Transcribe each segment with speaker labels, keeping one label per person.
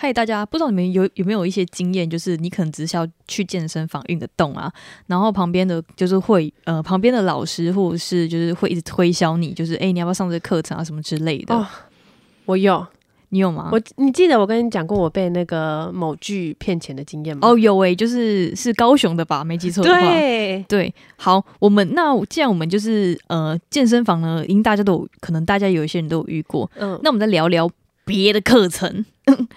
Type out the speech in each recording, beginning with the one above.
Speaker 1: 嗨，大家，不知道你们有有没有一些经验，就是你可能只是要去健身房运个动啊，然后旁边的就是会呃旁边的老师或者是就是会一直推销你，就是哎、你要不要上这个课程啊什么之类的，
Speaker 2: 哦我有，
Speaker 1: 啊你有吗？
Speaker 2: 我你记得我跟你讲过我被那个某剧骗钱的经验吗？
Speaker 1: 哦，有诶、就是是高雄的吧，没记错的话。
Speaker 2: 对，
Speaker 1: 对，好，我们那既然我们就是呃健身房呢，应大家都有可能大家有一些人都有遇过，
Speaker 2: 嗯，
Speaker 1: 那我们再聊聊别的课程，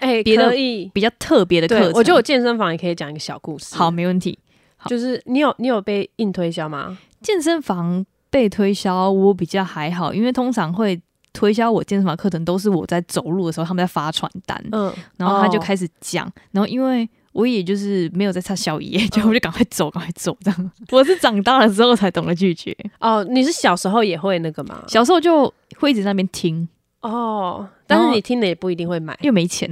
Speaker 2: 哎，
Speaker 1: 别的
Speaker 2: 可以，
Speaker 1: 比较特别的课
Speaker 2: 对，
Speaker 1: 程。
Speaker 2: 我觉得我健身房也可以讲一个小故事。
Speaker 1: 好，，没问题。好
Speaker 2: 就是你有你有被硬推销吗？
Speaker 1: 健身房被推销，我比较还好，因为通常会推销我健身房课程都是我在走路的时候，他们在发传单，
Speaker 2: 嗯，
Speaker 1: 然后他就
Speaker 2: 哦嗯
Speaker 1: 开始讲，然后因为。我也就是没有在擦小姨，就我就赶快走，赶快走这样。 我是长大了之后才懂得拒绝，
Speaker 2: 哦，你是小时候也会那个吗？
Speaker 1: 小时候就会一直在那边听，
Speaker 2: 哦，
Speaker 1: 然
Speaker 2: 但
Speaker 1: 后
Speaker 2: 是你听了也不一定 会买，
Speaker 1: 因为没钱。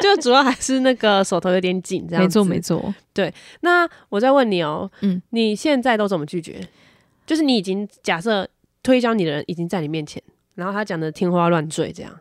Speaker 2: 就主要还是那个手头有点紧这样
Speaker 1: 没错
Speaker 2: 子
Speaker 1: 没错，
Speaker 2: 那我再问你哦，
Speaker 1: 嗯
Speaker 2: 嗯，你现在都怎么拒绝？就是你已经假设推销你的人已经在你面前，然后他讲的天花乱坠这样。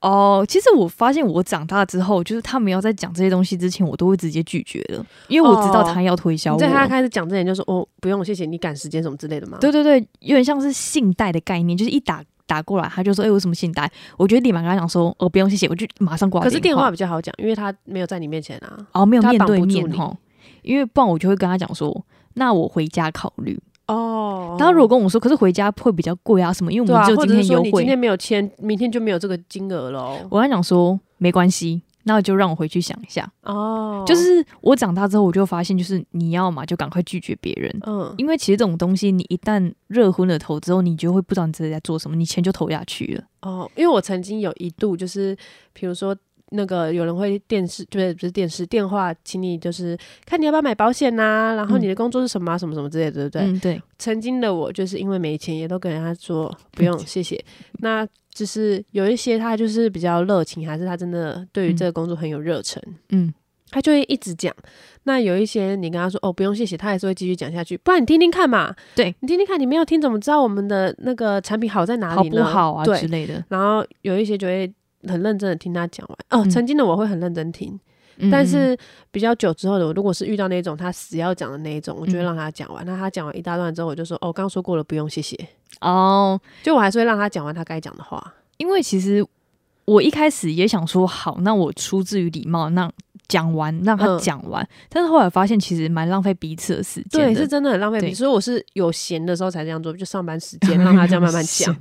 Speaker 1: 哦，其实我发现我长大之后，就是他们要在讲这些东西之前，我都会直接拒绝了，因为我知道他要推销
Speaker 2: 哦你
Speaker 1: 我。
Speaker 2: 在他开始讲之前就说哦不用谢谢你赶时间什么之类的吗？，
Speaker 1: 对对对，有点像是信贷的概念，就是一打打过来，他就说：“哎、我有什么信贷？”我就立马跟他讲说：“哦，不用，谢谢。”我就马上挂
Speaker 2: 可是电
Speaker 1: 话
Speaker 2: 话比较好讲，因为他没有在你面前啊。
Speaker 1: 哦，没有
Speaker 2: 他
Speaker 1: 面
Speaker 2: 挡
Speaker 1: 对
Speaker 2: 不住
Speaker 1: 面
Speaker 2: 你
Speaker 1: 哈，因为不然我就会跟他讲说：“那我回家考虑。”
Speaker 2: 哦
Speaker 1: 他如果跟我说：“可是回家会比较贵啊，什么？因为我
Speaker 2: 对
Speaker 1: 们
Speaker 2: 啊，
Speaker 1: 只有
Speaker 2: 或
Speaker 1: 今
Speaker 2: 者
Speaker 1: 天
Speaker 2: 是说
Speaker 1: 优
Speaker 2: 你
Speaker 1: 惠。哦
Speaker 2: 今天没有签，明天就没有这个金额喽。
Speaker 1: 我跟他讲说：“没关系，那就让我回去想一下。”
Speaker 2: 哦，
Speaker 1: 就是我长大之后，我就发现，就是你要嘛就赶快拒绝别人，
Speaker 2: 嗯，
Speaker 1: 因为其实这种东西，你一旦热昏了头之后，你就会不知道你自己在做什么，你钱就投下去了。
Speaker 2: 哦，因为我曾经有一度就是，比如说那个有人会电视，就是不是电视电话，请你就是看你要不要买保险呐、然后
Speaker 1: 嗯
Speaker 2: 你的工作是什么、啊，什么什么之类的，对不对？
Speaker 1: 嗯，对，
Speaker 2: 曾经的我就是因为没钱，也都跟人家说 不用，谢谢。那就是有一些他就是比较热情，还是他真的对于这个工作很有热忱，
Speaker 1: 嗯，
Speaker 2: 他就会一直讲。那有一些你跟他说哦不用谢谢，他还是会继续讲下去。不然你听听看嘛，
Speaker 1: 对
Speaker 2: 你听听看，你没有听怎么知道我们的那个产品好在哪
Speaker 1: 好
Speaker 2: 里
Speaker 1: 不
Speaker 2: 呢？
Speaker 1: 好啊
Speaker 2: 对
Speaker 1: 之类的。
Speaker 2: 然后有一些就会很认真的听他讲完。哦、
Speaker 1: 嗯
Speaker 2: 曾经的我会很认真听，
Speaker 1: 嗯
Speaker 2: 但
Speaker 1: 嗯
Speaker 2: 是比较久之后的我，如果是遇到那种他死要讲的那一种，我就会
Speaker 1: 嗯
Speaker 2: 让他讲完。那他讲完一大段之后，我就说哦，刚刚说过了，不用谢谢。
Speaker 1: 哦，
Speaker 2: 就我还是会让他讲完他该讲的话。
Speaker 1: 因为其实我一开始也想说，好，那我出自于礼貌，那讲完让他
Speaker 2: 嗯
Speaker 1: 讲完，但是后来发现其实蛮浪费彼此的时间
Speaker 2: 对，
Speaker 1: 的。
Speaker 2: 是真的很浪费
Speaker 1: 对
Speaker 2: 笔。所以我是有闲的时候才这样做，就上班时 间让他这样慢慢讲，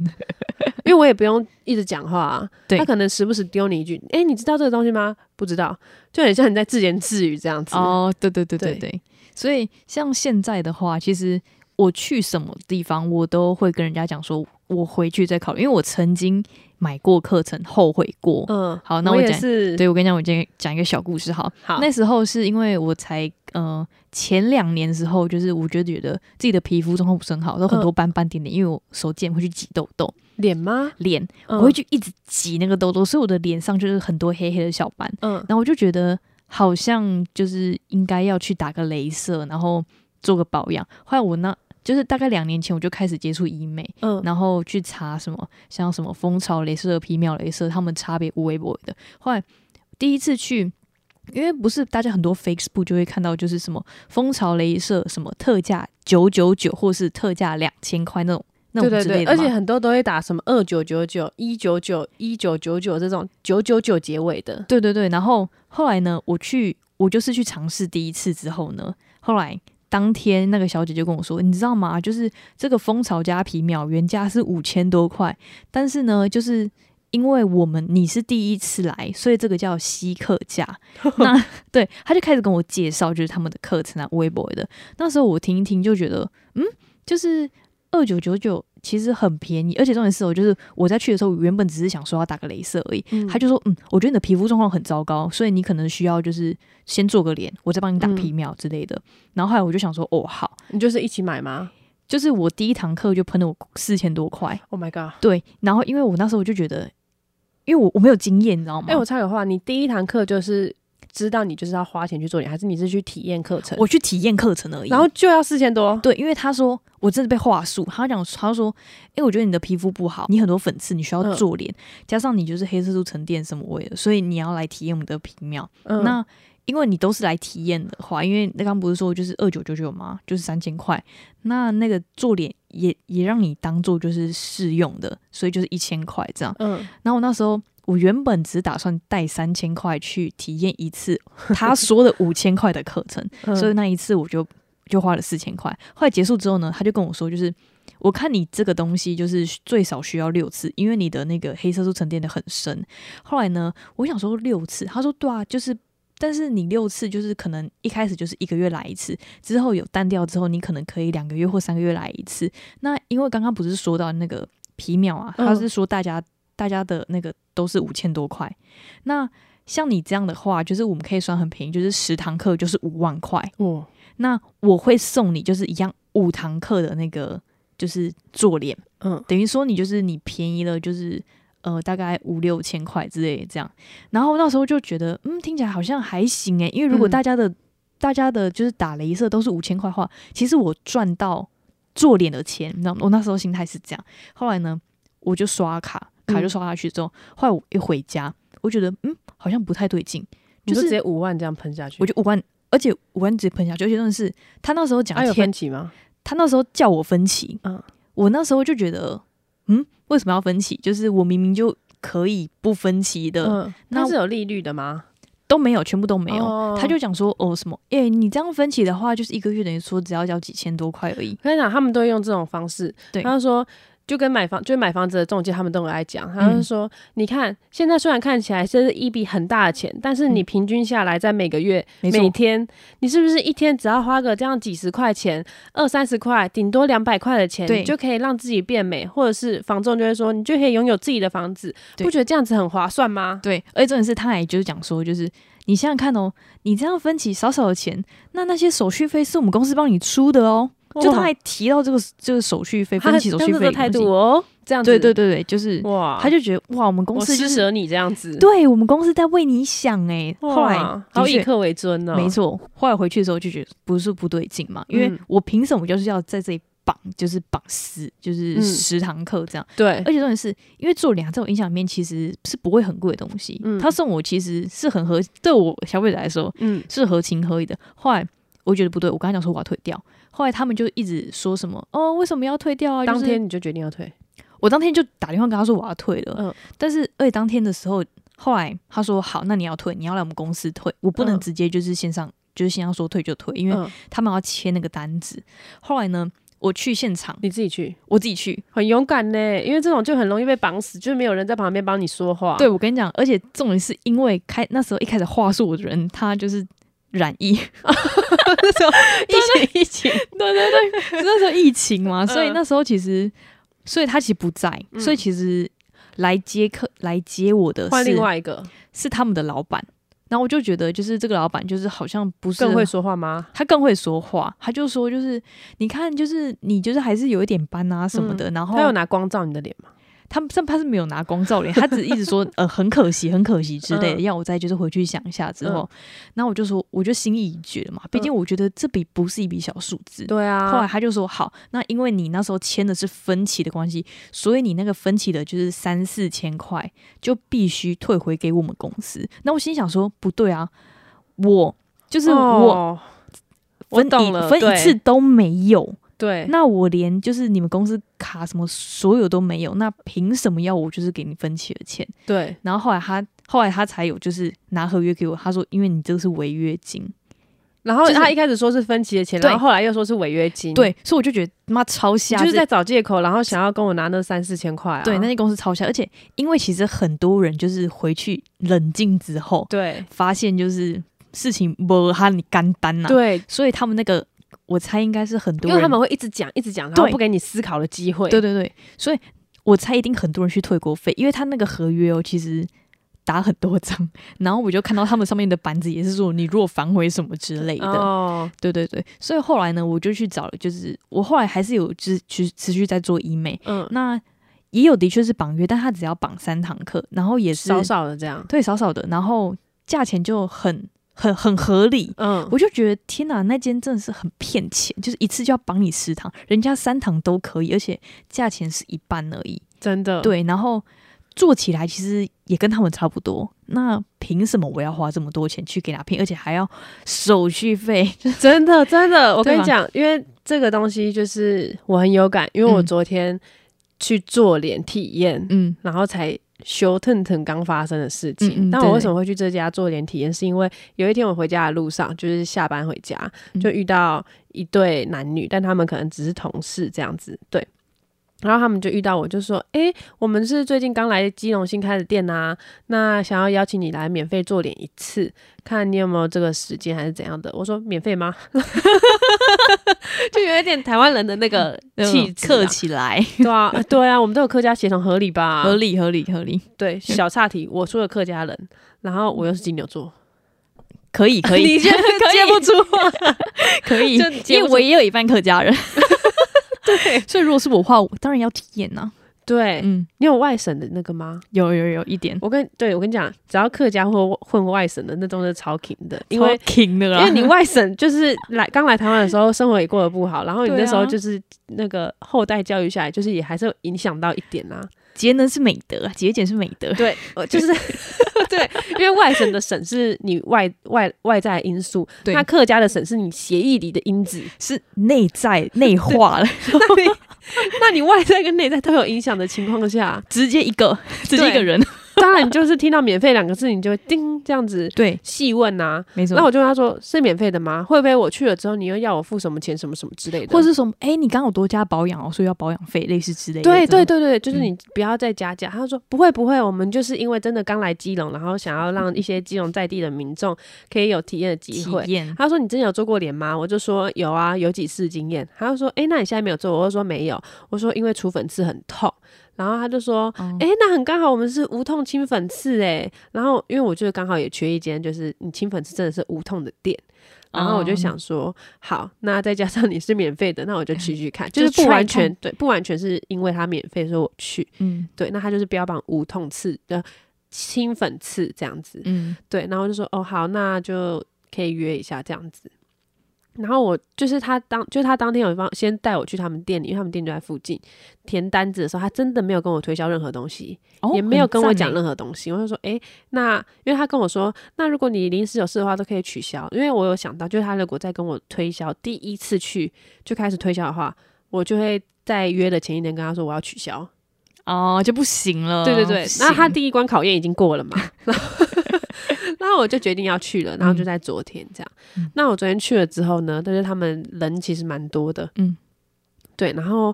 Speaker 2: 因为我也不用一直讲话、啊。
Speaker 1: 对
Speaker 2: 他可能时不时丢你一句：“哎、你知道这个东西吗？”不知道，就很像你在自言自语这样子。
Speaker 1: 哦，对对对对对，
Speaker 2: 对
Speaker 1: 所以像现在的话，其实我去什么地方，我都会跟人家讲说，我回去再考虑，因为我曾经买过课程后悔过。
Speaker 2: 嗯，
Speaker 1: 好那我
Speaker 2: 我也
Speaker 1: 讲
Speaker 2: 是。
Speaker 1: 对，我跟你讲，我今天讲一个小故事好。
Speaker 2: 好，
Speaker 1: 那时候是因为我才呃前两年时候，就是我觉得觉得自己的皮肤状况不是很好，都很
Speaker 2: 嗯
Speaker 1: 多斑斑点点，因为我手贱会去挤痘痘，
Speaker 2: 脸吗？
Speaker 1: 脸我
Speaker 2: 嗯
Speaker 1: 会去一直挤那个痘痘，所以我的脸上就是很多黑黑的小斑。
Speaker 2: 嗯
Speaker 1: 然后我就觉得好像就是应该要去打个镭射，然后做个保养。后来我那就是大概两年前我就开始接触医美，
Speaker 2: 嗯，
Speaker 1: 然后去查什么像什么蜂巢镭射、皮秒镭射，他们差别无微不微的。后来第一次去。因为不是大家很多 Facebook 就会看到，就是什么蜂巢镭射什么特价九九九，或是特价两千块那种那种
Speaker 2: 对对
Speaker 1: 之类
Speaker 2: 对，
Speaker 1: 的
Speaker 2: 而
Speaker 1: 嘛
Speaker 2: 且很多都会打什么二九九九、一九九、一九九九这种九九九结尾的。
Speaker 1: 对对对，然后后来呢，我去我就是去尝试第一次之后呢，后来当天那个小姐就跟我说，你知道吗？就是这个蜂巢加皮秒原价是五千多块，但是呢，就是。因为我们你是第一次来，所以这个叫稀客 价。那对，他就开始跟我介绍，就是他们的课程啊、微博的。那时候我听一听就觉得，嗯，就是二九九九其实很便宜，而且重点是我就是我在去的时候，原本只是想说要打个镭射而已，
Speaker 2: 嗯
Speaker 1: 他就说，嗯，我觉得你的皮肤状况很糟糕，所以你可能需要就是先做个脸，我再帮你打
Speaker 2: 嗯
Speaker 1: 皮秒之类的。然后后来我就想说，哦，好，
Speaker 2: 你就是一起买吗
Speaker 1: 就是我第一堂课就喷了我四千多块，
Speaker 2: ？Oh my god！
Speaker 1: 对。然后因
Speaker 2: 哎
Speaker 1: 为我那时候我就觉得，因为我我没有经验，你知道吗？
Speaker 2: 哎、我插个话，你第一堂课就是知道你就是要花钱去做你，还是你是去体验课程？
Speaker 1: 我去体验课程而已。
Speaker 2: 然后就要四千多，
Speaker 1: 对，因为他说我真的被话术，他讲他说，哎、我觉得你的皮肤不好，你很多粉刺，你需要
Speaker 2: 嗯
Speaker 1: 做脸，加上你就是黑色素沉淀什么味的，所以你要来体验我们的皮秒。
Speaker 2: 嗯，
Speaker 1: 那因为你都是来体验的话，因为那刚不是说就是二九九九吗？就是三千块，那那个做脸也也让你当做就是试用的，所以就是一千块这样。
Speaker 2: 嗯，
Speaker 1: 然后我那时候我原本只打算带三千块去体验一次 他说的五千块的课程，
Speaker 2: 嗯
Speaker 1: 所以那一次我就就花了四千块。后来结束之后呢，他就跟我说，就是我看你这个东西就是最少需要六次，因为你的那个黑色素沉淀的很深。后来呢，我想说六次，他说对啊，就是。但是你六次就是可能一开始就是一个月来一次，之后有淡掉之后，你可能可以两个月或三个月来一次。那因为刚刚不是说到那个皮秒啊，
Speaker 2: 嗯
Speaker 1: 他是说大家、大家的那个都是五千多块，那像你这样的话，就是我们可以算很便宜，就是十堂课就是五万块。
Speaker 2: 哇，
Speaker 1: 那我会送你就是一样五堂课的那个就是做脸，
Speaker 2: 嗯
Speaker 1: 等于说你就是你便宜了就是呃大概五六千块之类的这样。然后那时候就觉得嗯听起来好像还行诶、欸因为如果
Speaker 2: 嗯
Speaker 1: 大家的、大家的就是打镭射都是五千块的话，其实我赚到做脸的钱，你知道吗？我那时候心态是这样。后来呢，我就刷卡，卡就
Speaker 2: 嗯
Speaker 1: 刷下去之后，后来我一回家，我觉得嗯好像不太对劲，
Speaker 2: 你
Speaker 1: 就
Speaker 2: 就是直接五万这样喷下去，
Speaker 1: 我就五万，而且五万直接喷下去，而且真的是他那时候讲
Speaker 2: 啊有
Speaker 1: 天，
Speaker 2: 分歧吗？
Speaker 1: 他那时候叫我分期，
Speaker 2: 嗯
Speaker 1: 我那时候就觉得，嗯，为什么要分期？就是我明明就可以不分期的，
Speaker 2: 嗯，
Speaker 1: 呃那
Speaker 2: 那是有利率的吗？
Speaker 1: 都没有，全部都没有。
Speaker 2: 哦
Speaker 1: 他就讲说，哦什么，哎、你这样分期的话，就是一个月等于说只要交几千多块而已。
Speaker 2: 我跟你讲，他们都会用这种方式。
Speaker 1: 对
Speaker 2: 他就说，就跟买房，就是买房子的中介，他们都很爱讲。他
Speaker 1: 嗯
Speaker 2: 就说，你看，现在虽然看起来这是一笔很大的钱，但是你
Speaker 1: 嗯
Speaker 2: 平均下来，在每个月、
Speaker 1: 没错
Speaker 2: 每天，你是不是一天只要花个这样几十块钱、二三十块，顶多两百块的钱，
Speaker 1: 对
Speaker 2: 你就可以让自己变美，或者是房仲就会说，你就可以拥有自己的房子，
Speaker 1: 对
Speaker 2: 不觉得这样子很划算吗？
Speaker 1: 对，而且重点是，他还就是讲说，就是你想想看哦，你这样分期少少的钱，那那些手续费是我们公司帮你出的哦。就他还提到这个这个手续费，
Speaker 2: 他
Speaker 1: 分期手续
Speaker 2: 这
Speaker 1: 费
Speaker 2: 样子
Speaker 1: 的
Speaker 2: 的态
Speaker 1: 东西
Speaker 2: 度哦，这样子，
Speaker 1: 对对对对，就是
Speaker 2: 哇，
Speaker 1: 他就觉得哇，我们公
Speaker 2: 啊我
Speaker 1: 司就
Speaker 2: 施
Speaker 1: 是
Speaker 2: 舍你这样子，
Speaker 1: 对我们公司在为你想哎、
Speaker 2: 哇，
Speaker 1: 后来
Speaker 2: 好
Speaker 1: 的
Speaker 2: 以
Speaker 1: 确。
Speaker 2: 客为尊哦呢、
Speaker 1: 没错，后来回去的时候就觉得不是不对劲嘛，因为
Speaker 2: 嗯
Speaker 1: 我凭什么就是要在这里绑，就是绑死，就是
Speaker 2: 嗯
Speaker 1: 十堂课这样。
Speaker 2: 对
Speaker 1: 而且重点是因为做脸啊这种影响面其实是不会很贵的东西，
Speaker 2: 嗯
Speaker 1: 他送我其实是很合，对我消费者来说
Speaker 2: 嗯，
Speaker 1: 是合情合理的。后来我觉得不对，我跟他讲说我要退掉，后来他们就一直说什么哦为什么要退掉啊？
Speaker 2: 当
Speaker 1: 就是
Speaker 2: 天你就决定要退，
Speaker 1: 我当天就打电话跟他说我要退了，
Speaker 2: 嗯
Speaker 1: 但是而且当天的时候，后来他说好，那你要退，你要来我们公司退，我不能
Speaker 2: 嗯
Speaker 1: 直接就是线上、就是线上说退就退，因
Speaker 2: 因
Speaker 1: 为他们要签那个单子。后来呢，我去现场，
Speaker 2: 你自己去，
Speaker 1: 我自己去，
Speaker 2: 很勇敢呢，因为这种就很容易被绑死，就是没有人在旁边帮你说话。
Speaker 1: 对我跟你讲，而且重点是因为开那时候一开始话术的人他就是。染疫， 那时候疫情，疫情，对对对，那时候疫情嘛，所以
Speaker 2: 嗯
Speaker 1: 那时候其实，所以他其实不在，所以其实来接客来接我的
Speaker 2: 换
Speaker 1: 是
Speaker 2: 另外一个
Speaker 1: 是他们的老板。然后我就觉得，就是这个老板就是好像不是
Speaker 2: 更会，说话吗？
Speaker 1: 他更会说话。他就说，就是你看，就是你就是还是有一点斑啊什么的。然后
Speaker 2: 嗯他有拿光照你的脸吗？
Speaker 1: 他们，但他是没有拿光照脸，他只一直 说呃很可惜，很可惜之类的，
Speaker 2: 嗯
Speaker 1: 要我再就是回去想一下之后。然后我就说，我就心意已决了嘛，毕
Speaker 2: 嗯
Speaker 1: 竟我觉得这笔不是一笔小数字。
Speaker 2: 对啊，
Speaker 1: 后来他就说好，那因为你那时候签的是分期的关系，所以你那个分期的就是三四千块，就必须退回给我们公司。那我心想说不对啊，我就是我
Speaker 2: 哦我
Speaker 1: 分一、
Speaker 2: 懂了
Speaker 1: 分一
Speaker 2: 对
Speaker 1: 次都没有，
Speaker 2: 对，
Speaker 1: 那我连就是你们公司卡什么所有都没有，那凭什么要我就是给你分期的钱？
Speaker 2: 对，
Speaker 1: 然后后来他后来他才有就是拿合约给我，他说因为你这个是违约金，
Speaker 2: 嗯然后
Speaker 1: 就是
Speaker 2: 他一开始说是分期的钱，
Speaker 1: 对
Speaker 2: 然后后来又说是违约金，，
Speaker 1: 对，所以我就觉得妈超瞎，
Speaker 2: 就是
Speaker 1: 这
Speaker 2: 在找借口，然后想要跟我拿那三四千块啊。
Speaker 1: 对，那些公司超瞎，而且因为其实很多人就是回去冷静之后，
Speaker 2: 对
Speaker 1: 发现就是事情不哈你干单呐、，啊
Speaker 2: 对，
Speaker 1: 所以他们那个我猜应该是很多
Speaker 2: 因
Speaker 1: 人，
Speaker 2: 为他们会一直讲一直讲，然后
Speaker 1: 对
Speaker 2: 不给你思考的机会。
Speaker 1: 对对对，所以我猜一定很多人去退国费，因为他那个合约哦，其实打很多张，然后我就看到他们上面的板子也是说你如果反悔什么之类的，
Speaker 2: 哦，
Speaker 1: 对对对，所以后来呢，我就去找了，就是我后来还是有持持持续在做医美，
Speaker 2: 嗯，
Speaker 1: 那。也有的确是绑约，但他只要绑三堂课，然后也是
Speaker 2: 少少的这样，
Speaker 1: 对，少少的，然后价钱就很很很合理。
Speaker 2: 嗯，
Speaker 1: 我就觉得天哪，那间真的是很骗钱，就是一次就要绑你十堂，人家三堂都可以，而且价钱是一半而已。
Speaker 2: 真的，，
Speaker 1: 对，然后做起来其实也跟他们差不多。那凭什么我要花这么多钱去给他骗，而且还要手续费？
Speaker 2: 真的真的，我
Speaker 1: 对
Speaker 2: 跟
Speaker 1: 吧
Speaker 2: 你讲，因为这个东西就是我很有感，因为我
Speaker 1: 嗯
Speaker 2: 昨天去做脸体验，
Speaker 1: 嗯
Speaker 2: 然后才修腾腾刚发生的事情。
Speaker 1: 嗯嗯
Speaker 2: 但我
Speaker 1: 对
Speaker 2: 为什么会去这家做脸体验？是因为有一天我回家的路上，就是下班回家，
Speaker 1: 嗯
Speaker 2: 就遇到一对男女，但他们可能只是同事这样子，对。然后他们就遇到我，就说：“诶，我们是最近刚来基隆新开的店啊，那想要邀请你来免费做脸一次，看你有没有这个时间还是怎样的。”我说：“免费吗？” 就有一点台湾人的那 个气
Speaker 1: 气
Speaker 2: 质啊
Speaker 1: 客起来，
Speaker 2: 对啊，呃对啊，我们都有客家协同，合理吧？
Speaker 1: 合理合理合理，
Speaker 2: 对，小岔题，我说的客家人，然后我又是金牛 座，
Speaker 1: 可以 可以
Speaker 2: 你接
Speaker 1: 以
Speaker 2: 接不出 话，
Speaker 1: 可以
Speaker 2: 就，接
Speaker 1: 因为
Speaker 2: 不出
Speaker 1: 我也有一半客家 人，
Speaker 2: 对
Speaker 1: 所以如果是我的话，我当然要体验呐、
Speaker 2: 对，
Speaker 1: 嗯，
Speaker 2: 你有外省的那个吗？
Speaker 1: 有有有一点，
Speaker 2: 我跟对我跟你讲，只要客家或混外省的，那都是超勤的，因为
Speaker 1: 超啊挺的
Speaker 2: 因
Speaker 1: 啦，
Speaker 2: 为你外省就是来刚来台湾的时候，生活也过得不好，然后你
Speaker 1: 对啊
Speaker 2: 那时候就是那个后代教育下来，就是也还是有影响到一点啦、
Speaker 1: 节能是美德，啊节俭是美德，
Speaker 2: 对，我就是对， 因为外省的省是你外外外在的因素，
Speaker 1: 对
Speaker 2: 那客家的省是你协议里的因子。
Speaker 1: 是内在内化了，
Speaker 2: 那你 那你外在跟内在都有影响的情况下，
Speaker 1: 直接一个直接一个人，
Speaker 2: 当然你就是听到免费两个字，你就会叮这样子
Speaker 1: 对，
Speaker 2: 细问啊。
Speaker 1: 没错
Speaker 2: 那。我就跟他说是免费的吗？会不会我去了之后你又要我付什么钱什么什么之类的？
Speaker 1: 或是什么？哎、你刚有多加保养哦，所以要保养费，类似之类的。嗯
Speaker 2: 对
Speaker 1: 这种
Speaker 2: 对对对，就是你不要再加价。他说不会不会，我们就是因为真的刚来基隆，然后想要让一些基隆在地的民众可以有体验的机会
Speaker 1: 体。验，
Speaker 2: 他说：“你之前有做过脸吗？”我就说：“有啊，有几次经验。”他就说：“诶，那你现在没有做？”我就说：“没有。”我说：“因为除粉刺很痛。”然后他就说：“
Speaker 1: 嗯
Speaker 2: 诶，那很刚好，我们是无痛清粉刺诶。然后因为我就是刚好也缺一间，就是你清粉刺真的是无痛的店。然后我就
Speaker 1: 哦
Speaker 2: 想说，好，那再加上你是免费的，那我就去去看，就
Speaker 1: 就是
Speaker 2: 不
Speaker 1: try
Speaker 2: 完全
Speaker 1: 看
Speaker 2: 对，不完全是因为它免费，所以我去。
Speaker 1: 嗯
Speaker 2: 对，那它就是标榜无痛刺的清粉刺这样子。
Speaker 1: 嗯，
Speaker 2: 对，然后就说哦好，那就可以约一下这样子。然后我就是他当，就是他当天有方先带我去他们店里，因为他们店就在附近。填单子的时候，他真的没有跟我推销任何东西，
Speaker 1: 哦
Speaker 2: 也没有跟我讲
Speaker 1: 很赞
Speaker 2: 任何东西。我就说，诶，那因为他跟我说，那如果你临时有事的话，都可以取消。因为我有想到，就是他如果再跟我推销，第一次去就开始推销的话，我就会在约的前一天跟他说我要取消。
Speaker 1: 欸哦，就不行了。
Speaker 2: 对对对
Speaker 1: 不，行
Speaker 2: 那他第一关考验已经过了 嘛， 然后然后我就决定要去了，然后就在昨天这样。
Speaker 1: 嗯
Speaker 2: 那我昨天去了之后呢，但是他们人其实蛮多的，
Speaker 1: 嗯，
Speaker 2: 对，然后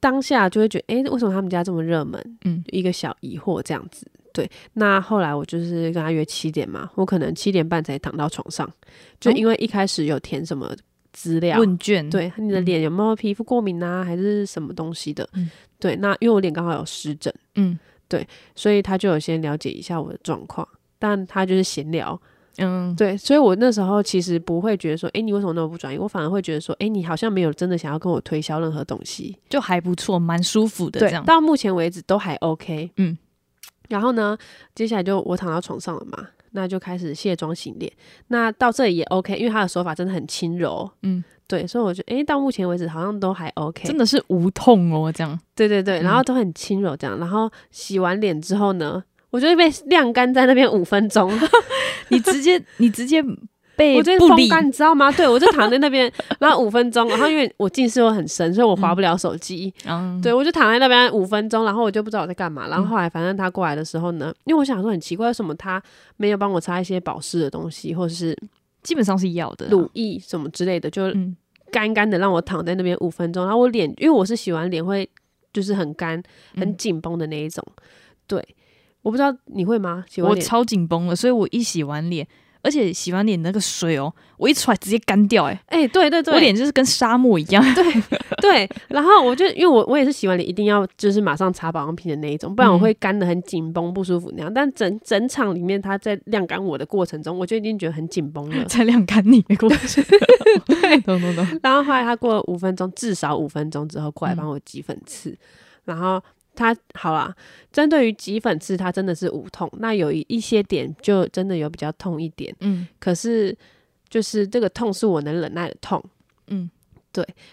Speaker 2: 当下就会觉得，诶，为什么他们家这么热门？
Speaker 1: 嗯
Speaker 2: 一个小疑惑这样子。对，那后来我就是跟他约七点嘛，我可能七点半才躺到床上，就
Speaker 1: 哦
Speaker 2: 因为一开始有填什么资料，
Speaker 1: 问卷，
Speaker 2: 对，你的脸有没有皮肤过敏啊，还是什么东西的？
Speaker 1: 嗯
Speaker 2: 对，那因为我脸刚好有湿疹。
Speaker 1: 嗯
Speaker 2: 所以他就有先了解一下我的状况，但他就是闲聊，
Speaker 1: 嗯，
Speaker 2: 对，所以我那时候其实不会觉得说，诶，你为什么那么不专业？我反而会觉得说，诶，你好像没有真的想要跟我推销任何东西。
Speaker 1: 就还不错，蛮舒服的这
Speaker 2: 对
Speaker 1: 样，。
Speaker 2: 到目前为止都还 OK。
Speaker 1: 嗯，
Speaker 2: 然后呢，接下来就我躺到床上了嘛，那就开始卸妆洗脸。那到这里也 OK，因为他的手法真的很轻柔。
Speaker 1: 嗯，
Speaker 2: 对，所以我觉得，诶，到目前为止好像都还 OK。
Speaker 1: 真的是无痛哦，这样
Speaker 2: 对对对，
Speaker 1: 嗯
Speaker 2: 然后都很轻柔这样，然后洗完脸之后呢，我就会被晾干在那边五分钟，
Speaker 1: 你直 接你直接被
Speaker 2: 我最近
Speaker 1: 不
Speaker 2: 风
Speaker 1: 理，
Speaker 2: 干，你知道吗？对我就躺在那 边，然后五分钟，然后因为我近视又很深，所以我划不了手机。
Speaker 1: 嗯，
Speaker 2: 对我就躺在那边五分钟，然后我就不知道我在干嘛。然后后来反正他过来的时候呢，因为我想说很奇怪，为什么他没有帮我擦一些保湿的东西，或者是
Speaker 1: 基本上是要的啦，
Speaker 2: 乳液什么之类的，就
Speaker 1: 啊嗯
Speaker 2: 干干的让我躺在那边五分钟。然后我脸，因为我是洗完脸会就是很干、
Speaker 1: 嗯
Speaker 2: 很紧绷的那一种。对，我不知道你会吗？洗完
Speaker 1: 我
Speaker 2: 脸
Speaker 1: 超紧绷了，所以我一洗完脸，而且洗完脸那个水哦，我一出来直接干掉，哎，
Speaker 2: 哎、对对对，
Speaker 1: 我脸就是跟沙漠一样，。
Speaker 2: 对，然后我就因为我我也是洗完脸一定要就是马上擦保养品的那一种，不然我会干的很紧绷不舒服那样。但整整场里面他在晾干我的过程中，我就已经觉得很紧绷了
Speaker 1: 在晾干你的过 程。懂懂懂，
Speaker 2: 然后后来他过了五分钟，至少五分钟之后过来
Speaker 1: 嗯
Speaker 2: 帮我挤粉刺，然后它好啦，针对于挤粉刺，它真的是无痛。那有一一些点就真的有比较痛一点，
Speaker 1: 嗯
Speaker 2: 可是就是这个痛是我能忍耐的痛。
Speaker 1: 嗯，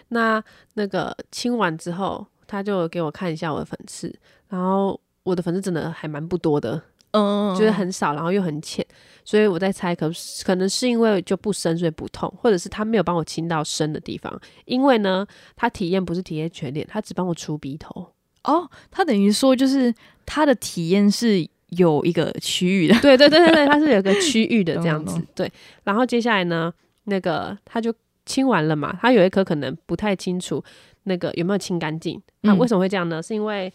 Speaker 2: 那那个清完之后，他就给我看一下我的粉刺，然后我的粉刺真的还蛮不多的，
Speaker 1: 嗯，
Speaker 2: 就是很少，然后又很浅，所以我在猜可是可能是因为就不深，所以不痛，或者是他没有帮我清到深的地方，因为呢，他体验不是体验全脸，他只帮我除鼻头。
Speaker 1: 哦，他等于说就是他的体验是有一个区域的，
Speaker 2: 对对对对对，它是有个区域的
Speaker 1: 懂
Speaker 2: 这样子
Speaker 1: 懂。
Speaker 2: 对，然后接下来呢，那个他就清完了嘛，他有一颗可能不太清楚那个有没有清干净。那、
Speaker 1: 嗯
Speaker 2: 为什么会这样呢？是因为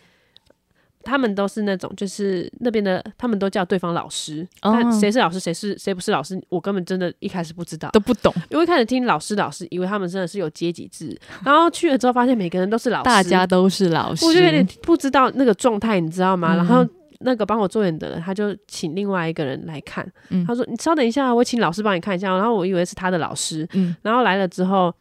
Speaker 2: 他们都是那种，就是那边的，他们都叫对方老师，
Speaker 1: 哦
Speaker 2: 但谁是老师，谁是谁不是老师，我根本真的一开始不知道。
Speaker 1: 都不懂，
Speaker 2: 因为开始听老师老师，以为他们真的是有阶级制，然后去了之后发现每个人都是老师，
Speaker 1: 大家都是老师，
Speaker 2: 我就有点不知道那个状态，你知道吗？
Speaker 1: 嗯
Speaker 2: 然后那个帮我做眼的人，他就请另外一个人来看，
Speaker 1: 嗯
Speaker 2: 他说：“你稍等一下，我请老师帮你看一下。”然后我以为是他的老师，
Speaker 1: 嗯，
Speaker 2: 然后来了之后，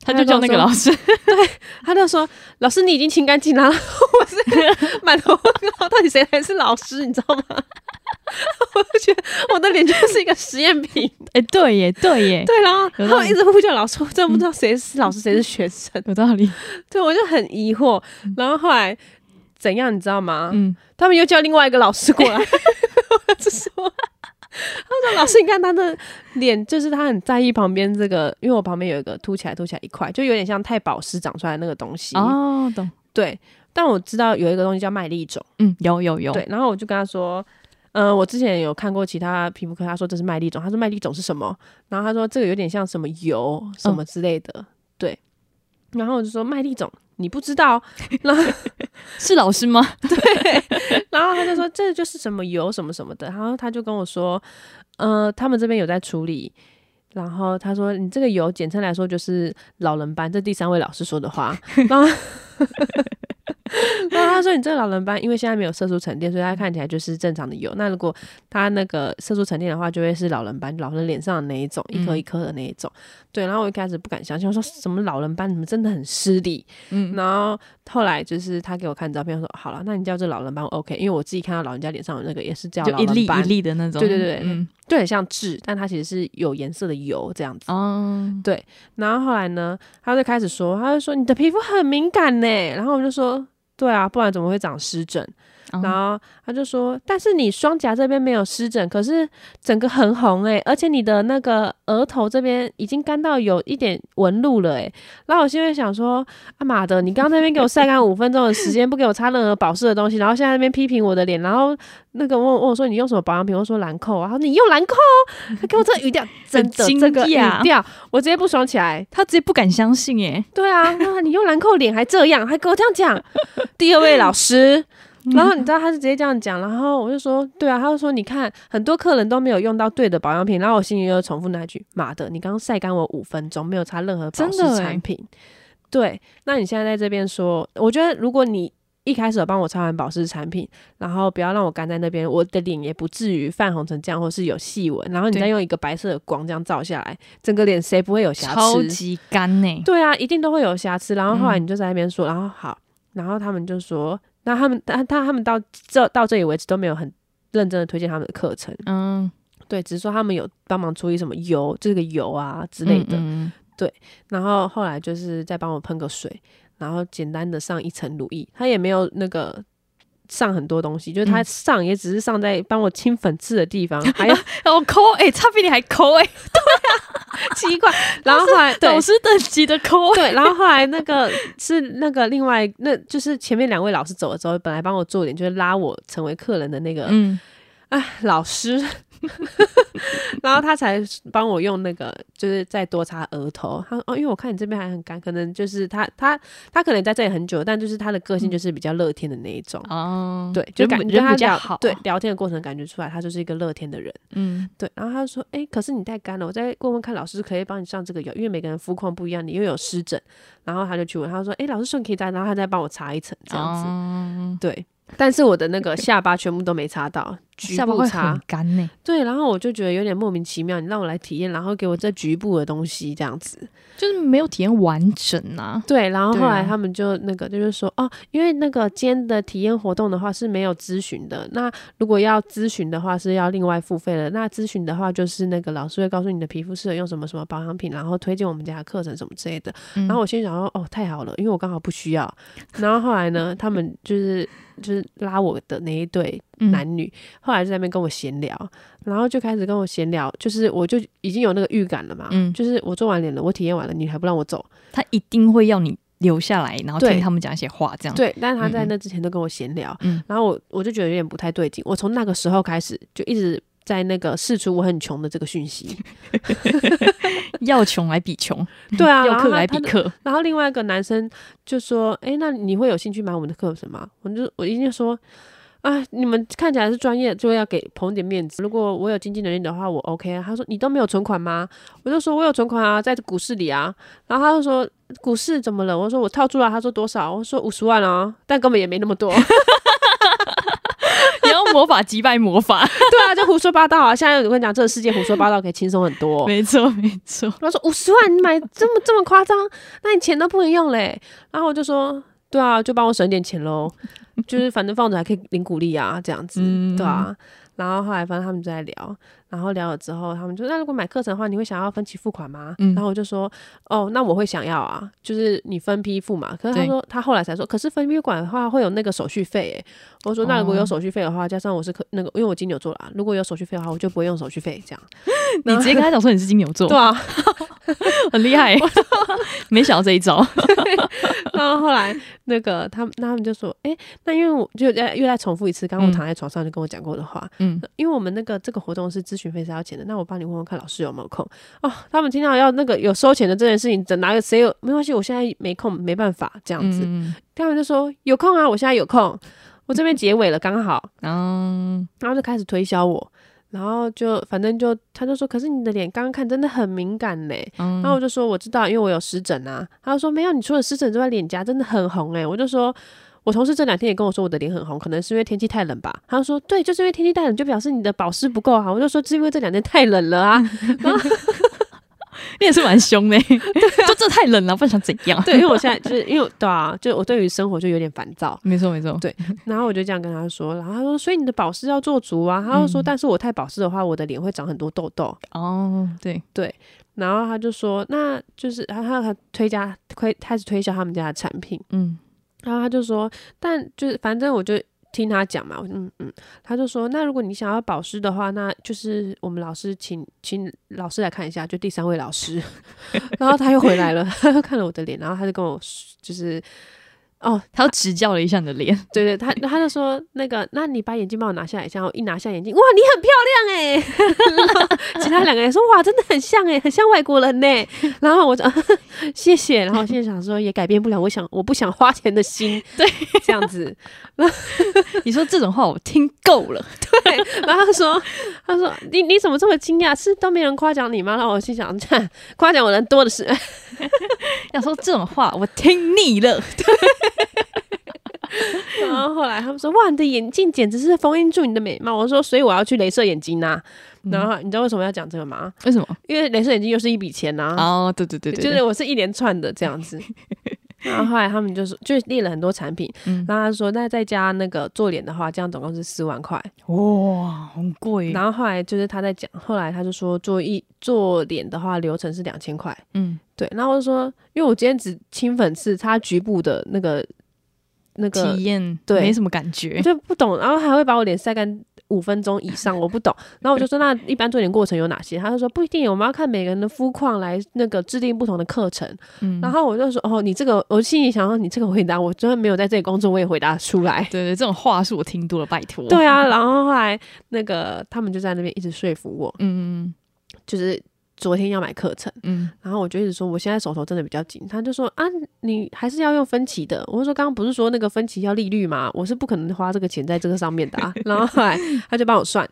Speaker 1: 他就叫那个老师，
Speaker 2: 他就说：“老师，你已经清干净了。”我是满头问号，到底谁才是老师？你知道吗？我就觉得我的脸就是一个实验品，
Speaker 1: 哎、对耶， 对耶，
Speaker 2: 对，然后
Speaker 1: 有
Speaker 2: 他
Speaker 1: 道理
Speaker 2: 们一直呼叫老师，我真的不知道谁是老师，谁是学生，
Speaker 1: 有道理，
Speaker 2: 对我就很疑惑。然后后来怎样，你知道吗？
Speaker 1: 嗯，
Speaker 2: 他们又叫另外一个老师过 来，我就说，他说老师，你看他的脸，就是他很在意旁边这个，因为我旁边有一个凸起来、凸起来一块，就有点像太保湿长出来的那个东西。
Speaker 1: 哦，懂，
Speaker 2: 对，但我知道有一个东西叫麦粒肿，
Speaker 1: 嗯，有有有，
Speaker 2: 对，然后我就跟他说。嗯，我之前有看过其他皮肤科，他说这是麦粒肿，他说麦粒肿是什么？然后他说这个有点像什么油什
Speaker 1: 嗯
Speaker 2: 么之类的，对。然后我就说麦粒肿你不知道，然后
Speaker 1: 是老师吗？
Speaker 2: 然后他就说这就是什么油什么什么的，然后他就跟我说，呃，他们这边有在处理。然后他说：“你这个油，简称来说就是老人斑。”这第三位老师说的话。然后，然后他说：“你这个老人斑，因为现在没有色素沉淀，所以它看起来就是正常的油。那如果它那个色素沉淀的话，就会是老人斑，老人脸上的那一种，一颗
Speaker 1: 嗯
Speaker 2: 一颗的那一种。对。然后我一开始不敢相信，我说什么老人斑，你们真的很失礼。
Speaker 1: 嗯，
Speaker 2: 然后后来就是他给我看照片，说好了，那你叫这老人斑 OK，因为我自己看到老人家脸上有那个也是叫
Speaker 1: 就
Speaker 2: 老
Speaker 1: 一粒
Speaker 2: 人
Speaker 1: 一
Speaker 2: 斑，
Speaker 1: 粒的那种，
Speaker 2: 对对对
Speaker 1: 嗯，
Speaker 2: 就很像痣，但它其实是有颜色的油这样子。
Speaker 1: 哦，
Speaker 2: 然后后来呢，他就开始说，他就说你的皮肤很敏感呢，然后我就说。对啊，不然怎么会长湿疹？
Speaker 1: 哦
Speaker 2: 然后他就说：“但是你双颊这边没有湿疹，可是整个很红诶、而且你的那个额头这边已经干到有一点纹路了诶、欸然后我现在想说：“啊妈的，你刚刚那边给我晒干五分钟的时间，不给我擦任何保湿的东西，然后现在那边批评我的脸，然后那个问我问我说你用什么保养品？我说兰蔻啊，然后你用兰蔻，哦他给我这个语调，真的
Speaker 1: 惊
Speaker 2: 这个语
Speaker 1: 讶
Speaker 2: 调，我直接不爽起来。
Speaker 1: 他直接不敢相信耶，
Speaker 2: 对啊，那你用兰蔻脸还这样，还给我这样讲。第二位老师， 然后你知道他是直接这样讲，然后我就说，对啊，他就说你看很多客人都没有用到对的保养品，然后我心里又重复那句，妈的，你刚刚晒干我五分钟，没有擦任何保湿
Speaker 1: 真的欸
Speaker 2: 产品。对，那你现在在这边说，我觉得如果你一开始有帮我擦完保湿产品，然后不要让我干在那边，我的脸也不至于泛红成这样，或是有细纹，然后你
Speaker 1: 对
Speaker 2: 再用一个白色的光这样照下来，整个脸谁不会有瑕疵？
Speaker 1: 超级干呢，
Speaker 2: 对啊，一定都会有瑕疵。然后后来
Speaker 1: 嗯
Speaker 2: 你就在那边说，然后好，然后他们就说，那他们他他他们到这到这里为止都没有很认真的推荐他们的课程，
Speaker 1: 嗯
Speaker 2: 对，只是说他们有帮忙处理什么油，这个油啊之类的。
Speaker 1: 嗯嗯
Speaker 2: 然后后来就是再帮我喷个水，然后简单的上一层乳液，他也没有那个。上很多东西，就是他
Speaker 1: 嗯
Speaker 2: 上也只是上在帮我清粉刺的地方，还有
Speaker 1: 嗯哦抠哎，他比你还抠哎，
Speaker 2: 奇怪，然后后来对
Speaker 1: 老师等级的抠，
Speaker 2: 对，然后后来那个是那个另外，那就是前面两位老师走了之后，本来帮我做脸，就是拉我成为客人的那个、
Speaker 1: 嗯，
Speaker 2: 老师， 然后他才帮我用那个，就是再多擦额头。他说哦，因为我看你这边还很干，可能就是他他他可能在这里很久，但就是他的个性就是比较乐天的那一种。
Speaker 1: 嗯哦，
Speaker 2: 对，就
Speaker 1: 人
Speaker 2: 感
Speaker 1: 比
Speaker 2: 觉
Speaker 1: 人
Speaker 2: 他
Speaker 1: 比较
Speaker 2: 聊
Speaker 1: 好，啊
Speaker 2: 对，聊天的过程感觉出来，他就是一个乐天的人。
Speaker 1: 嗯，
Speaker 2: 对，然后他就说：“哎、可是你太干了，我再问问看老师可以帮你上这个油，因为每个人肤况不一样，你又有湿疹。”然后他就去问，他说：“哎、老师说你可以再，然后他再帮我擦一层这样子。
Speaker 1: 哦
Speaker 2: 对，但是我的那个下巴全部都没擦到，局
Speaker 1: 下巴
Speaker 2: 部
Speaker 1: 会
Speaker 2: 茶
Speaker 1: 很，干呢、
Speaker 2: 对，然后我就觉得有点莫名其妙，你让我来体验，然后给我这局部的东西这样子，
Speaker 1: 就是没有体验完整啊。
Speaker 2: 对，然后
Speaker 1: 对
Speaker 2: 后来
Speaker 1: 啊
Speaker 2: 他们就那个就是说，哦，因为那个今天的体验活动的话是没有咨询的，那如果要咨询的话是要另外付费的。那咨询的话就是那个老师会告诉你的皮肤适合用什么什么保养品，然后推荐我们家的课程什么之类的。
Speaker 1: 嗯
Speaker 2: 然后我心里想说，哦，太好了，因为我刚好不需要。然后后来呢，他们就是就是拉我的那一对
Speaker 1: 嗯
Speaker 2: 男女，后来就在那边跟我闲聊，然后就开始跟我闲聊，就是我就已经有那个预感了嘛，
Speaker 1: 嗯
Speaker 2: 就是我做完脸了，我体验完了，你还不让我走。
Speaker 1: 他一定会要你留下来，然后
Speaker 2: 对
Speaker 1: 听他们讲一些话，这样。
Speaker 2: 对，但是他在
Speaker 1: 嗯嗯
Speaker 2: 那之前都跟我闲聊，
Speaker 1: 嗯
Speaker 2: 然后我我就觉得有点不太对劲。我从那个时候开始就一直在那个试出我很穷的这个讯息。
Speaker 1: 要穷来比穷，
Speaker 2: 对啊，然
Speaker 1: 要
Speaker 2: 后
Speaker 1: 克
Speaker 2: 他
Speaker 1: 来
Speaker 2: 他
Speaker 1: 比
Speaker 2: 就
Speaker 1: 克。
Speaker 2: 然后另外一个男生就说：“诶，那你会有兴趣买我们的课程吗？”我就我一定说。啊！你们看起来是专业，就要给捧点面子。如果我有经济能力的话，我 OK 啊。他说你都没有存款吗？我就说我有存款啊，在股市里啊。然后他就说股市怎么了？我说我套住了。他说多少？我说五十万啊，但根本也没那么多。
Speaker 1: 你要魔法击败魔 法，
Speaker 2: 对啊，就胡说八道啊！现在我跟你讲，这个世界胡说八道可以轻松很多。
Speaker 1: 没错没错。
Speaker 2: 他说五十万你买这么这么夸张，那你钱都不能用嘞。然后我就说，对啊，就帮我省点钱喽，就是反正放着还可以领鼓励啊，这样子，
Speaker 1: 嗯
Speaker 2: 对啊。然后后来反正他们就在聊，然后聊了之后，他们就那如果买课程的话，你会想要分期付款吗？
Speaker 1: 嗯
Speaker 2: 然后我就说，哦，那我会想要啊，就是你分批付嘛。可是他
Speaker 1: 对
Speaker 2: 说他后来才说，可是分批付款的话会有那个手续费、欸。我说那如果
Speaker 1: 哦
Speaker 2: 有手续费的话，加上我是可那个，因为我金牛座啦，如果有手续费的话，我就不会用手续费这样。
Speaker 1: 你直接跟他讲说你是金牛座
Speaker 2: 对，啊，
Speaker 1: 很厉 害。没想到这一招，
Speaker 2: 然后后来那个他们，那他们就说，诶，那因为我就在又再重复一次，刚刚
Speaker 1: 嗯
Speaker 2: 我躺在床上就跟我讲过的话，
Speaker 1: 嗯，
Speaker 2: 因为我们那个这个活动是咨询费是要钱的，那我帮你问问看老师有没有空哦。他们听到要那个有收钱的这件事情，怎哪个谁有没关系，我现在没空，没办法这样子。
Speaker 1: 嗯，
Speaker 2: 他们就说有空啊，我现在有空，我这边结尾了刚好，
Speaker 1: 嗯
Speaker 2: 然后就开始推销我。然后就反正就他就说，可是你的脸刚刚看真的很敏感嘞，
Speaker 1: 嗯，
Speaker 2: 然后我就说我知道，因为我有湿疹啊。他就说没有，你除了湿疹之外，脸颊真的很红诶、我就说。我同事这两天也跟我说我的脸很红，可能是因为天气太冷吧。他就说对，就是因为天气太冷，就表示你的保湿不够啊好。我就说是因为这两天太冷了啊。
Speaker 1: 你也是蛮凶 的，就这太冷了，不然想怎样？
Speaker 2: 对，因为我现在就是因为对啊，就我对于生活就有点烦躁。
Speaker 1: 没错没错，
Speaker 2: 对然后我就这样跟他说，然后他说所以你的保湿要做足啊。他就说
Speaker 1: 嗯
Speaker 2: 但是我太保湿的话，我的脸会长很多痘痘。
Speaker 1: 哦对，
Speaker 2: 然后他就说那就是他他他推加推开始推销他们家的产品。
Speaker 1: 嗯
Speaker 2: 然后他就说，但就是反正我就听他讲嘛，我就嗯嗯，他就说，那如果你想要保湿的话，那就是我们老师请请老师来看一下，就第三位老师。 然后他又回来了， 他又看了我的脸，然后他就跟我说就是，哦，
Speaker 1: 他又指教了一下你的脸，
Speaker 2: 对对，他他就说那个，那你把眼镜帮我拿下来一下，我一拿下眼镜，哇，你很漂亮哎、 其他两个人说哇，真的很像哎、很像外国人呢、然后我就、啊、 谢谢，然后我现在想说也改变不了，我想我不想花钱的心，
Speaker 1: 对，
Speaker 2: 这样子。
Speaker 1: 你说这种话我听够了，
Speaker 2: 然后他说他说你你怎么这么惊讶？是都没人夸奖你吗？然后我心想，看夸奖我人多的是。
Speaker 1: 要说这种话我听腻了，
Speaker 2: 然后后来他们说哇，你的眼镜简直是封印住你的美貌。我说所以我要去镭射眼睛呐、然
Speaker 1: 嗯
Speaker 2: 后你知道为什么要讲这个吗？
Speaker 1: 为什么？
Speaker 2: 因为镭射眼睛又是一笔钱呐、
Speaker 1: 哦对对对对，
Speaker 2: 就是我是一连串的这样子。然后后来他们就说，就列了很多产品，
Speaker 1: 嗯
Speaker 2: 然后他说，那再加那个做脸的话，这样总共是四万块。
Speaker 1: 哇很贵，
Speaker 2: 然后后来就是他在讲，后来他就说做一做脸的话，流程是两千块。
Speaker 1: 嗯
Speaker 2: 对，然后我就说，因为我今天只清粉刺，擦局部的那个那个
Speaker 1: 体，验
Speaker 2: 对
Speaker 1: 没什么感
Speaker 2: 我
Speaker 1: 觉，
Speaker 2: 就不懂，然后还会把我脸晒干五分钟以上，我不懂。然后我就说，那一般做脸过程有哪些？他就说不一定，我们要看每个人的肤况来那个制定不同的课程。
Speaker 1: 嗯
Speaker 2: 然后我就说，哦，你这个，我心里想说，你这个回答，我真的没有在这里工作，我也回答得出来。
Speaker 1: 对对，这种话术我听多了，拜托，
Speaker 2: 对啊，然后后来那个他们就在那边一直说服我，
Speaker 1: 嗯
Speaker 2: 就是昨天要买课程，
Speaker 1: 嗯
Speaker 2: 然后我就一直说我现在手头真的比较紧，他就说啊，你还是要用分期的。我就说刚刚不是说那个分期要利率吗？我是不可能花这个钱在这个上面的啊。然后后来他就帮 我算，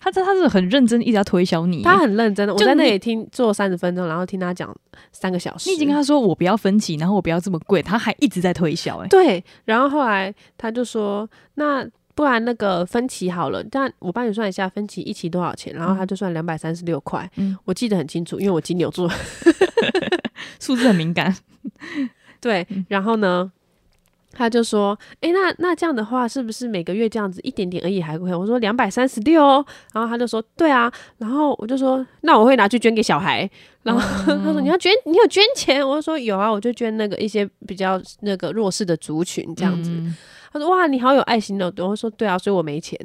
Speaker 1: 他这他是很认真，一直要推销你。
Speaker 2: 他很认真的，我
Speaker 1: 就
Speaker 2: 在那
Speaker 1: 你
Speaker 2: 里听做三十分钟，然后听他讲三个小时。
Speaker 1: 你已经跟他说我不要分期，然后我不要这么贵，他还一直在推销、欸。哎，
Speaker 2: 对，然后后来他就说，那不然那个分期好了，但我帮你算一下分期一期多少钱，然后他就算两百三十六块，
Speaker 1: 嗯
Speaker 2: 我记得很清楚，因为我金牛座。
Speaker 1: 数字很敏感，
Speaker 2: 对，
Speaker 1: 嗯
Speaker 2: 然后呢，他就说：“诶，那那这样的话，是不是每个月这样子一点点而已还可以？”我说：“两百三十六哦。”然后他就说：“对啊。”然后我就说：“那我会拿去捐给小孩。”然后
Speaker 1: 哦
Speaker 2: 他说：“你要捐，你有捐钱？”我就说：“有啊，我就捐那个一些比较那个弱势的族群这样子。
Speaker 1: 嗯
Speaker 2: 他说：“哇，你好有爱心哦。”我说：“对啊，所以我没钱。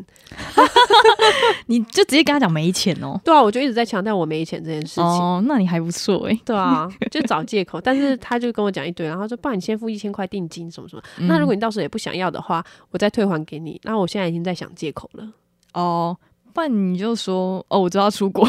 Speaker 1: 你就直接跟他讲没钱哦。
Speaker 2: 对啊，我就一直在强调我没钱这件事情。
Speaker 1: 哦，那你还不错哎、
Speaker 2: 对啊，就找借口，但是他就跟我讲一堆，然后他说：“不然你先付一千块定金什么什么。”那如果你到时候也不想要的话，我再退还给你。那我现在已经在想借口 了，
Speaker 1: 哦，不然你就说哦，我知道出国，。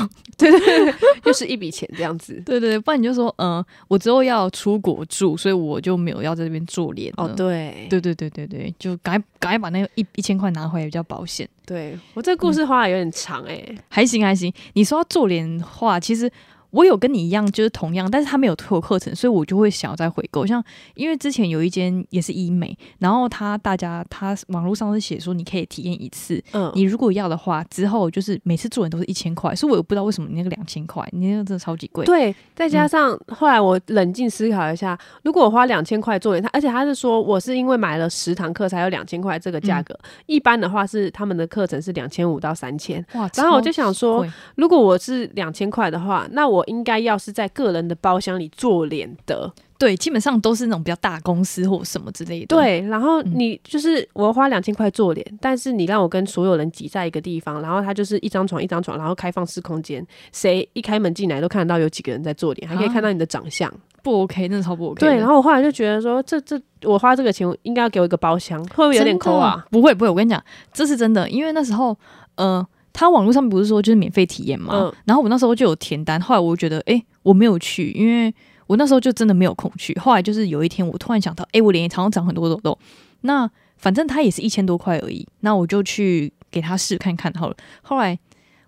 Speaker 2: 又是一笔钱这样子
Speaker 1: 对对对，不然你就说嗯、呃我之后要出国住，所以我就没有要在这边做脸了。
Speaker 2: 哦，对
Speaker 1: 对对对对对，就赶快赶快把那个一一千块拿回来比较保险。
Speaker 2: 对，我这个故事花的有点长哎、
Speaker 1: 还行还行，你说要做脸的话，其实我有跟你一样，就是同样，但是他没有推我课程，所以我就会想要再回购。像因为之前有一间也是医美，然后他大家他网络上是写说你可以体验一次，
Speaker 2: 嗯，
Speaker 1: 你如果要的话，之后就是每次做脸都是一千块，所以我也不知道为什么你那个两千块，你那个真的超级贵。
Speaker 2: 对，再加上后来我冷静思考一下，如果我花两千块做脸，他而且他是说我是因为买了十堂课才有两千块这个价格，一般的话是他们的课程是两千五到三千。
Speaker 1: 哇，
Speaker 2: 然后我就
Speaker 1: 超
Speaker 2: 想说，
Speaker 1: 贵
Speaker 2: 如果我是两千块的话，那我应该要是在个人的包厢里做脸的，
Speaker 1: 对，基本上都是那种比较大公司或什么之类的。，
Speaker 2: 对，然后
Speaker 1: 嗯
Speaker 2: 你就是我花两千块做脸，但是你让我跟所有人挤在一个地方，然后它就是一张床一张床，然后开放式空间，谁一开门进来都看得到有几个人在做脸，还可以看到你的长相。
Speaker 1: 不 OK，真的超不 OK 的。
Speaker 2: 对，然后我后来就觉得说，这这我花这个钱应该要给我一个包厢，会不会有点抠
Speaker 1: 真
Speaker 2: 啊
Speaker 1: 的？？不会不会，我跟你讲，这是真的，因为那时候，呃，他网络上不是说就是免费体验嘛，
Speaker 2: 嗯
Speaker 1: 然后我那时候就有填单，后来我就觉得，诶，我没有去，因为我那时候就真的没有空去。后来就是有一天，我突然想到，诶，我脸常常长很多痘痘，那反正它也是一千多块而已，那我就去给他试看看好了。后来。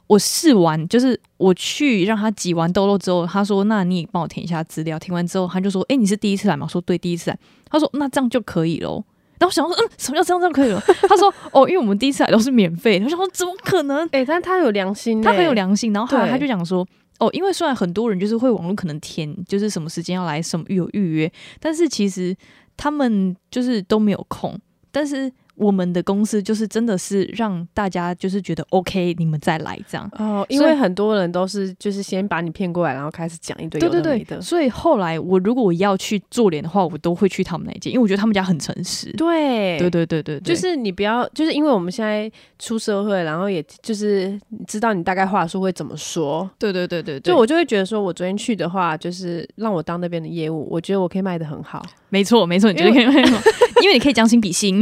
Speaker 1: 我试完，就是我去让他挤完痘痘之后，他说：“那你帮我填一下资料。”填完之后，他就说：“诶，你是第一次来吗？”我说：“对，第一次来。”他说：“那这样就可以喽。”然后我想说，嗯，什么叫这样这样可以了？ 他说，哦，因为我们第一次来都是免费的。 我想说，哦怎么可能？
Speaker 2: 哎、但他有良心、欸
Speaker 1: 他很有。良心。然后后来
Speaker 2: 对
Speaker 1: 他就讲说，哦，因为虽然很多人就是会网络可能填，就是什么时间要来，什么有预约，但是其实他们就是都没有空。但是我们的公司就是真的是让大家就是觉得 OK，你们再来这样。
Speaker 2: 哦，因
Speaker 1: 所以
Speaker 2: 为很多人都是就是先把你骗过来，然后开始讲一堆
Speaker 1: 对
Speaker 2: 有
Speaker 1: 对
Speaker 2: 的没
Speaker 1: 对，
Speaker 2: 的。
Speaker 1: 所以后来我如果我要去做脸的话，我都会去他们那一间，因为我觉得他们家很诚实。
Speaker 2: 对
Speaker 1: 对对对对，对
Speaker 2: 就是你不要，就是因为我们现在出社会，然后也就是知道你大概话术会怎么说，
Speaker 1: 对对对对对，
Speaker 2: 就我就会觉得说，我昨天去的话，就是让我当那边的业务，我觉得我可以卖的 很好。
Speaker 1: 没错，没错，你觉得可以吗？ 因为你可以将心比心，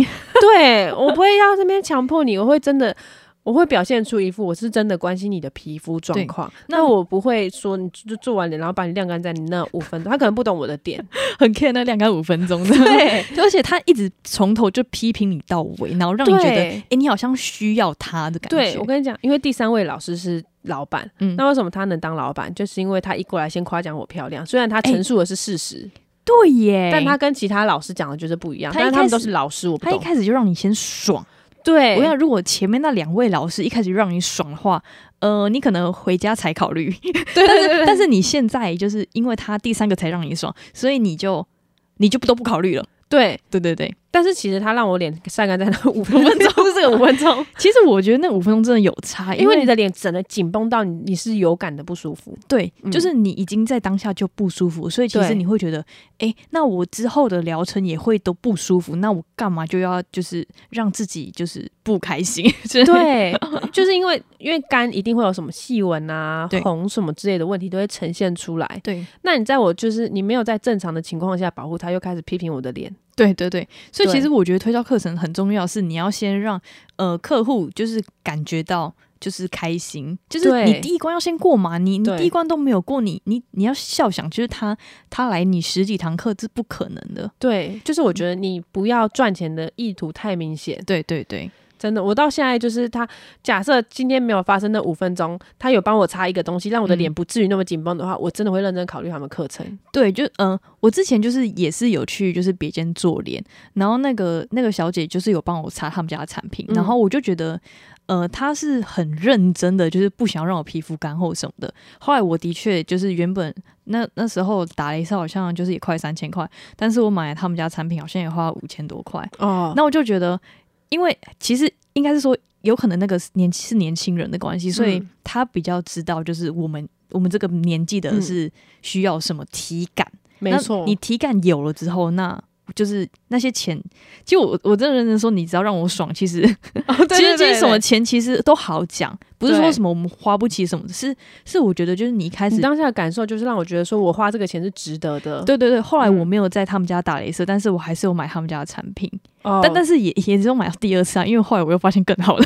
Speaker 2: 对我不会要那边强迫你，我会真的。我会表现出一副我是真的关心你的皮肤状况，
Speaker 1: 那
Speaker 2: 那我不会说你就做完脸，然后把你晾干在你那五分钟，他可能不懂我的 点。
Speaker 1: 很 care 那晾干五分钟的。
Speaker 2: 对，
Speaker 1: 而且他一直从头就批评你到尾，然后 让你觉得，哎
Speaker 2: 对，
Speaker 1: 你好像需要他的感觉。
Speaker 2: 对我跟你讲，因为第三位老师是老板，
Speaker 1: 嗯
Speaker 2: 那为什么他能当老板？就是因为他一过来先夸奖我漂亮，虽然他
Speaker 1: 哎
Speaker 2: 陈述的是事实，
Speaker 1: 对耶，
Speaker 2: 但他跟其他老师讲的就是不一样，
Speaker 1: 哎他一
Speaker 2: 但是他
Speaker 1: 开
Speaker 2: 们
Speaker 1: 始
Speaker 2: 都是老师，我不
Speaker 1: 他一
Speaker 2: 懂。
Speaker 1: 开始就让你先爽。
Speaker 2: 对
Speaker 1: 我想，如果前面那两位老师一开始就让你爽的话，呃，你可能回家才考虑。
Speaker 2: 对
Speaker 1: 但是但是你现在就是因为他第三个才让你爽，所以你就你就都不考虑了。
Speaker 2: 对，
Speaker 1: 对对对，
Speaker 2: 但是其实他让我脸晒干在那五 分 钟，就是这个五分钟，
Speaker 1: 其实我觉得那五分钟真的有差，
Speaker 2: 因
Speaker 1: 因
Speaker 2: 为
Speaker 1: 为
Speaker 2: 你的脸整的紧绷到你，你是有感的不舒服。
Speaker 1: 对，
Speaker 2: 嗯
Speaker 1: 就是你已经在当下就不舒服，所以其实
Speaker 2: 对
Speaker 1: 你会觉得，哎、那我之后的疗程也会都不舒服，那我干嘛就要就是让自己就是不开心？ 就是，
Speaker 2: 对， 就是因为因为肝一定会有什么细纹啊
Speaker 1: 对、
Speaker 2: 红什么之类的问题都会呈现出来。
Speaker 1: 对
Speaker 2: 那你在我就是你没有在正常的情况下保护它，又开始批评我的脸。
Speaker 1: 对对对，所以
Speaker 2: 对
Speaker 1: 其实我觉得推销课程很重要，是你要先让呃客户就是感觉到。就是开心，就是
Speaker 2: 对
Speaker 1: 你第一关要先过嘛，你你
Speaker 2: 对
Speaker 1: 第一关都没有过，你你你要笑想，就是他他来你十几堂课这不可能的，
Speaker 2: 对，就是我觉得你不要赚钱的意图太明显。
Speaker 1: 对对对，
Speaker 2: 真的，我到现在就是他，假设今天没有发生那五分钟，他有帮我擦一个东西，让我的脸不至于那么紧绷的话，我真的会认真考虑他们课程。
Speaker 1: 对，就嗯、呃我之前就是也是有去就是别间做脸，然后那个那个小姐就是有帮我擦他们家的产品，
Speaker 2: 嗯
Speaker 1: 然后我就觉得，呃，她是很认真的，就是不想让我皮肤干厚什么的。后来我的确就是原本那那时候打雷烧好像就是也快三千块，但是我买了他们家产品好像也花五千多块，
Speaker 2: 哦，
Speaker 1: 那我就觉得，因为其实应该是说，有可能那个年是年轻人的关系，所以
Speaker 2: 嗯
Speaker 1: 他比较知道，就是我们我们这个年纪的
Speaker 2: 嗯
Speaker 1: 是需要什么体感。
Speaker 2: 没
Speaker 1: 那
Speaker 2: 错，
Speaker 1: 你体感有了之后，那就是那些钱，其实我我真的认真说，你只要让我爽，其实
Speaker 2: 哦对
Speaker 1: 其实这
Speaker 2: 对
Speaker 1: 些
Speaker 2: 对
Speaker 1: 什么
Speaker 2: 对
Speaker 1: 钱其实都好讲，不是
Speaker 2: 对
Speaker 1: 说什么我们花不起什么的，是是我觉得就是你一开
Speaker 2: 你
Speaker 1: 始。
Speaker 2: 当下的感受就是让我觉得说我花这个钱是值得的。，
Speaker 1: 对对对，后来
Speaker 2: 嗯
Speaker 1: 我没有在他们家打镭射，但是我还是有买他们家的产品，
Speaker 2: 哦、
Speaker 1: 但但是也也只有买到第二次啊，因为后来我又发现更好的。。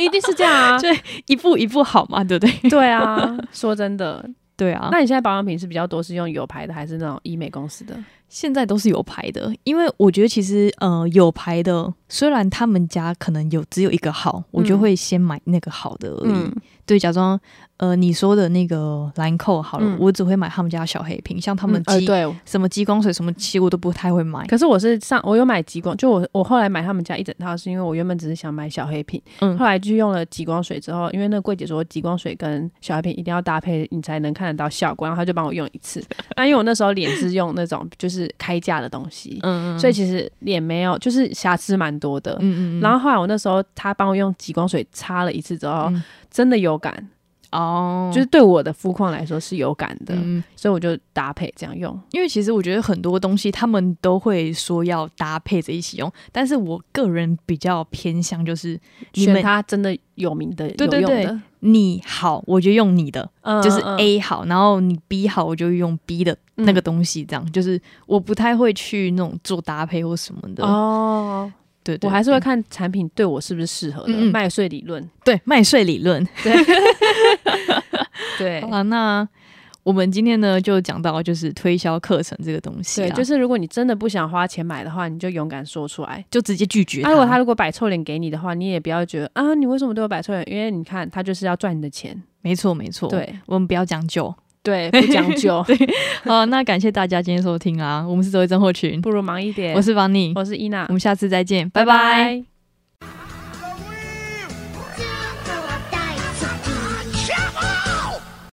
Speaker 2: 一定是这样啊
Speaker 1: 一步一步好嘛，对不对？
Speaker 2: 对啊，说真的，
Speaker 1: 对啊，那
Speaker 2: 那你现在保养品是比较多是用有牌的，还是那种医美公司的？
Speaker 1: 现在都是有牌的，因为我觉得其实呃有牌的，虽然他们家可能有只有一个号，我就会先买那个好的而已。
Speaker 2: 嗯，
Speaker 1: 对，假装呃你说的那个兰蔻好了，
Speaker 2: 嗯
Speaker 1: 我只会买他们家小黑瓶，像他
Speaker 2: 他
Speaker 1: 们
Speaker 2: 呃
Speaker 1: 激、
Speaker 2: 对。
Speaker 1: 什么激光水什么，其实我都不太会买。
Speaker 2: 可是我是上我有买极光，就我我后来买他们家一整套，是因为我原本只是想买小黑瓶，
Speaker 1: 嗯
Speaker 2: 后来去用了极光水之后，因为那个柜姐说极光水跟小黑瓶一定要搭配，你才能看得到效果，然后她就帮我用 一次。那、因为我那时候脸是用那种就是开架的东西，
Speaker 1: 嗯
Speaker 2: 所以其实脸没有就是瑕疵蛮多的。
Speaker 1: 嗯嗯嗯，
Speaker 2: 然后后来我那时候她帮我用极光水擦了一次之后，
Speaker 1: 嗯
Speaker 2: 真的有感，
Speaker 1: 哦，
Speaker 2: 就是对我的肤况来说是有感的，
Speaker 1: 嗯，
Speaker 2: 所以我就搭配这样用。
Speaker 1: 因为其实我觉得很多东西他们都会说要搭配着一起用，但是我个人比较偏向就是你
Speaker 2: 选
Speaker 1: 们
Speaker 2: 它真的有名的、
Speaker 1: 对对
Speaker 2: 有用
Speaker 1: 对
Speaker 2: 的，
Speaker 1: 你好，我就用你的，
Speaker 2: 嗯
Speaker 1: 就是
Speaker 2: 嗯
Speaker 1: A 好，然后你 B 好，我就用 B 的那个东西，这样、就是我不太会去那种做搭配或什么的。
Speaker 2: 哦，
Speaker 1: 对对
Speaker 2: 我还是会
Speaker 1: 对
Speaker 2: 看产品对我是不是适合的
Speaker 1: 嗯嗯
Speaker 2: 麦穗理论。
Speaker 1: 对麦穗理论。
Speaker 2: 对
Speaker 1: 好。了，那我们今天呢就讲到就是推销课程这个东西啊啦，
Speaker 2: 对，就是是如果你真的不想花钱买的话，你就勇敢说出来。
Speaker 1: 就直接拒绝
Speaker 2: 啊，
Speaker 1: 他。
Speaker 2: 如果他如果摆臭脸给你的话，你也不要觉得啊，你为什么对我摆臭脸？因为你看他就是要赚你的钱。
Speaker 1: 没错没错，，
Speaker 2: 对
Speaker 1: 我们不要将就。
Speaker 2: 对，不将就，
Speaker 1: 好，那感谢大家今天收听啊，我们是周一真货群，
Speaker 2: 不如忙一点。
Speaker 1: 我是邦尼，嗯
Speaker 2: 我是伊娜
Speaker 1: 我，们下次再见，拜
Speaker 2: 拜
Speaker 1: 拜
Speaker 2: 拜。